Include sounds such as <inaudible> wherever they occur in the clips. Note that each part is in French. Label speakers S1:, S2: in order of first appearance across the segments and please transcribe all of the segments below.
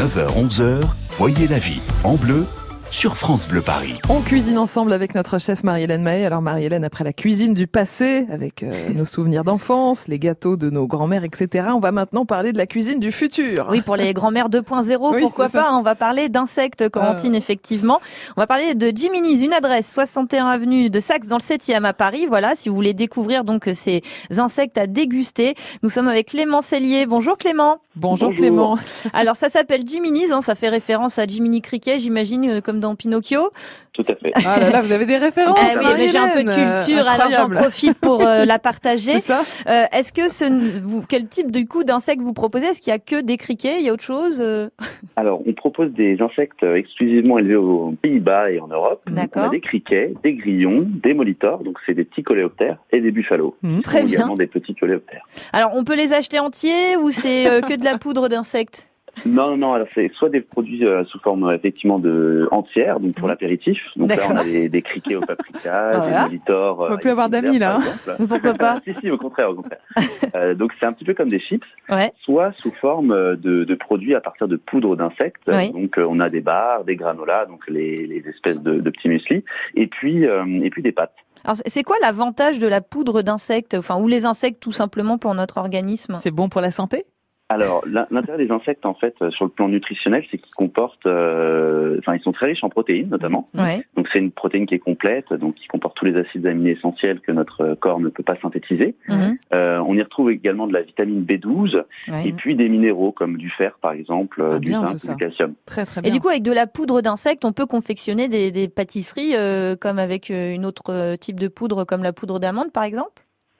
S1: 9h-11h, voyez la vie en bleu sur France Bleu Paris.
S2: On cuisine ensemble avec notre chef Marie-Hélène Mahé. Alors Marie-Hélène, après la cuisine du passé, avec
S3: <laughs>
S2: euh, nos souvenirs d'enfance, les gâteaux de nos grands-mères, etc., on va maintenant parler de la cuisine du futur.
S3: Oui, pour les grands-mères 2.0,
S2: <laughs> Oui,
S3: pourquoi
S2: c'est ça. Euh.
S3: pas On va parler d'insectes, Corentine, effectivement. On va parler de Jimini's, une adresse 61 avenue de Saxe dans le 7e à Paris. Voilà, si vous voulez découvrir donc ces insectes à déguster. Nous sommes avec Clément Cellier.
S2: <laughs>
S3: Bonjour Clément.
S2: Bonjour,
S4: Bonjour.
S2: Clément.
S3: Alors ça s'appelle Jimini's, hein, ça fait référence à Jiminy Cricket, j'imagine, euh, comme dans Pinocchio.
S4: Tout à fait. <laughs>
S2: Ah là là, vous avez des références.
S3: Eh oui, mais j'ai un peu de
S2: Marie-Hélène.
S3: culture, alors j'en
S2: Incroyable.
S3: profite pour euh,
S2: <laughs>
S3: la
S2: C'est
S3: partager.
S2: ça
S3: Euh, Est-ce que ce, vous, quel type du coup d'insectes vous proposez Est-ce qu'il y a que des criquets Il y a autre chose Euh,
S2: Oh,
S4: Alors, on propose des insectes exclusivement élevés aux Pays-Bas et en Europe. Donc, On
S3: D'accord.
S4: a des criquets, des grillons, des molitors, donc c'est des petits coléoptères, et des buffalos.
S2: Hmm.
S3: Très
S4: Ou
S3: bien.
S4: également des petits coléoptères.
S3: Alors, on peut les acheter entiers ou c'est euh, que de la poudre d'insectes
S4: Non, non, non, alors c'est soit des produits euh, sous forme euh, effectivement de entière, donc pour l'apéritif. Donc là, on a
S3: D'accord. Ah,
S4: des,
S3: <laughs>
S4: des criquets au paprika,
S2: Voilà.
S4: des molitors.
S2: On va
S4: euh,
S2: plus avoir
S4: avec des
S2: d'amis, là,
S4: vers, par exemple.
S3: hein. <laughs> Pourquoi pas
S4: <laughs> si, si, au contraire, au contraire. Euh, donc c'est un petit peu comme des chips,
S3: Ouais.
S4: soit sous forme euh, de, de produits à partir de poudre d'insectes.
S3: Oui.
S4: Donc euh, on a des bars, des granolas, donc les, les espèces de, de petits muesli, et puis euh, et puis des pâtes.
S3: Alors, c'est- c'est quoi l'avantage de la poudre d'insectes Enfin, ou les insectes tout simplement pour notre organisme
S2: C'est bon pour la santé
S4: Alors l'in- l'intérêt des insectes en fait euh, sur le plan nutritionnel, c'est qu'ils comportent, euh, enfin ils sont très riches en protéines notamment.
S3: Ouais.
S2: Mm-hmm.
S4: Donc c'est une protéine qui est complète, donc qui comporte tous les acides aminés essentiels que notre euh, corps ne peut pas synthétiser.
S2: Mm-hmm.
S3: Mhm.
S4: Euh, on y retrouve également de la vitamine B12
S3: Ouais.
S4: et puis des minéraux comme du fer par exemple, euh,
S2: Ah,
S4: du
S2: bien, tout
S4: zinc,
S2: ça.
S4: du calcium.
S2: Très très bien.
S3: Et du coup, avec de la poudre d'insectes, on peut confectionner des, des pâtisseries euh, comme avec euh, une autre euh, type de poudre, comme la poudre d'amande, par exemple.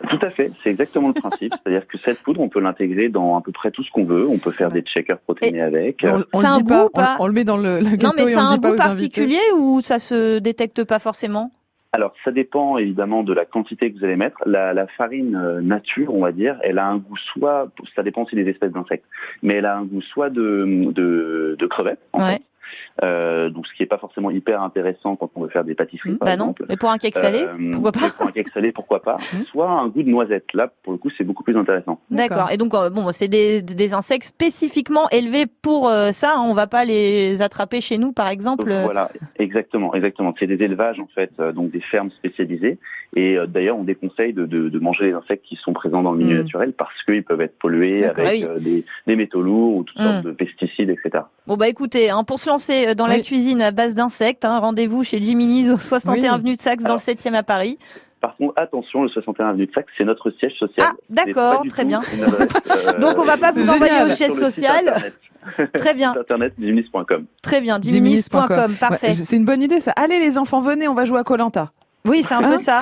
S4: Tout à fait, c'est exactement
S3: <laughs>
S4: le principe. C'est-à-dire que cette poudre, on peut l'intégrer dans à peu près tout ce qu'on veut. On peut faire des shakers protéinés avec.
S2: on, on
S3: ça a
S2: le
S3: un
S2: dit
S3: goût
S2: pas,
S3: ou pas
S2: on, on le met dans le, le gâteau
S3: non, mais
S2: et
S3: ça
S2: on
S3: a
S2: le
S3: un
S2: dit pas
S3: goût
S2: aux invités.
S3: particulier ou ça se détecte pas forcément
S4: Alors, ça dépend évidemment de la quantité que vous allez mettre. La, la farine euh, nature, on va dire, elle a un goût soit, ça dépend aussi des espèces d'insectes, mais elle a un goût soit de, de, de crevettes, en
S3: Ouais.
S4: fait. Euh, donc ce qui n'est pas forcément hyper intéressant quand on veut faire des pâtisseries,
S2: Mmh,
S4: par
S3: Bah non.
S4: exemple.
S3: Mais pour un cake salé
S4: Euh,
S3: pourquoi pas Mmh.
S4: Pour un cake salé,
S3: <laughs>
S4: pourquoi pas. Soit un goût de noisette. Là, pour le coup, c'est beaucoup plus intéressant.
S3: D'accord. Et donc, euh, bon, c'est des, des insectes spécifiquement élevés pour euh, ça. hein. On va pas les attraper chez nous, par exemple. euh,
S4: Voilà, exactement, exactement. C'est des élevages en fait, euh, donc des fermes spécialisées. Et euh, d'ailleurs, on déconseille de, de, de manger les insectes qui sont présents dans le milieu
S2: Mm.
S4: naturel parce qu'ils peuvent être pollués
S3: D'accord,
S4: avec
S3: ah
S4: euh, des, des métaux lourds ou toutes
S3: Mm.
S4: sortes de pesticides, etc.
S3: Bon, bah écoutez, hein, pour se lancer euh, dans la
S2: Oui.
S3: cuisine à base d'insectes, hein, rendez-vous chez Jiminy's au 61
S2: Oui.
S3: avenue de Saxe, dans
S4: Alors.
S3: le 7e à Paris.
S4: Par contre, attention, le 61 avenue de Saxe, c'est notre siège social.
S3: Ah,
S4: C'est pas
S3: d'accord,
S4: du
S3: très
S4: tout
S3: bien.
S4: une adresse,
S3: <laughs>
S4: euh,
S3: Donc, on va pas vous
S2: C'est
S3: envoyer
S2: génial.
S3: au
S4: sur
S3: siège
S4: le site
S3: social.
S4: <laughs> internet.
S3: Très bien,
S4: Site internet jiminis.com.
S3: très bien.
S2: Jiminy's point com.
S3: Jiminy's.com,
S2: Ouais,
S3: parfait.
S2: c'est une bonne idée ça. Allez les enfants, venez, on va jouer à Colanta.
S3: Oui, c'est un
S2: Hein
S3: peu ça.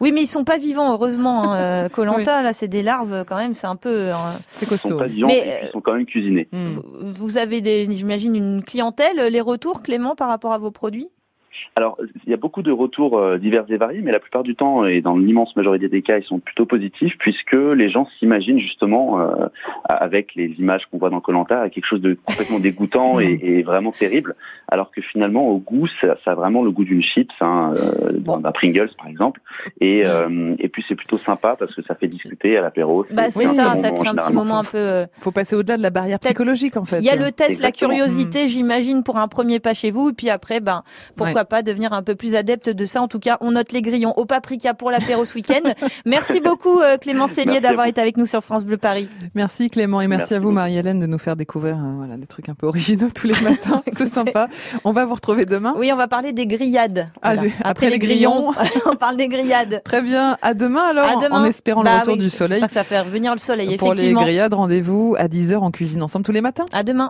S3: Oui, mais ils sont pas vivants, heureusement. hein, euh,
S2: <laughs>
S3: Colanta, là, c'est des larves quand même. C'est un peu. euh,
S2: C'est
S4: Ils sont
S2: costaud.
S4: pas vivants,
S3: Mais,
S4: mais ils sont quand même cuisinés.
S2: Hmm.
S3: vous- Vous avez, des, j'imagine, une clientèle. euh, Les retours, Clément, par rapport à vos produits
S4: Alors, il y a beaucoup de retours euh, divers et variés, mais la plupart du temps, et dans l'immense majorité des cas, ils sont plutôt positifs, puisque les gens s'imaginent justement, euh, à- avec les images qu'on voit dans Colanta, quelque chose de
S3: <laughs>
S4: complètement dégoûtant et, et vraiment terrible, alors que finalement, au goût, ça, ça a vraiment le goût d'une chips, hein, euh, d'un d'un Pringles par exemple, et, euh, et puis c'est plutôt sympa parce que ça fait discuter à l'apéro.
S3: Bah, c'est
S2: un
S3: ça,
S4: bon
S3: ça
S4: moment,
S3: crée un petit
S4: généralement.
S3: moment un peu. euh,
S2: Faut passer au-delà de la barrière
S3: Peut-être-
S2: psychologique en fait.
S3: Il y a le test, la
S4: Exactement.
S2: Hmm.
S3: curiosité, j'imagine, pour un premier pas chez vous. Et puis après, ben, pourquoi pas devenir un peu plus adepte de ça. En tout cas, on note les grillons au paprika pour l'apéro ce week-end.
S2: <laughs>
S3: Merci beaucoup, euh, Clément Cellier,
S4: Merci à
S3: d'avoir
S4: vous.
S3: été avec nous sur France Bleu Paris.
S2: Merci Clément et merci,
S4: Merci
S2: à vous
S4: beaucoup.
S2: Marie-Hélène de nous faire découvrir euh, voilà, des trucs un peu originaux tous
S3: <laughs>
S2: les matins. C'est sympa. On va vous retrouver demain.
S3: Oui, on va parler des grillades.
S2: Ah,
S3: Voilà.
S2: j'ai- après les grillons.
S3: <laughs> on parle des grillades.
S2: Très bien. À demain alors.
S3: À demain.
S2: En espérant le
S3: Bah
S2: retour
S3: oui,
S2: du soleil.
S3: j'espère que Ça fait revenir le soleil,
S2: Pour les
S3: effectivement.
S2: grillades, rendez-vous à 10h en cuisine ensemble tous les matins.
S3: À demain.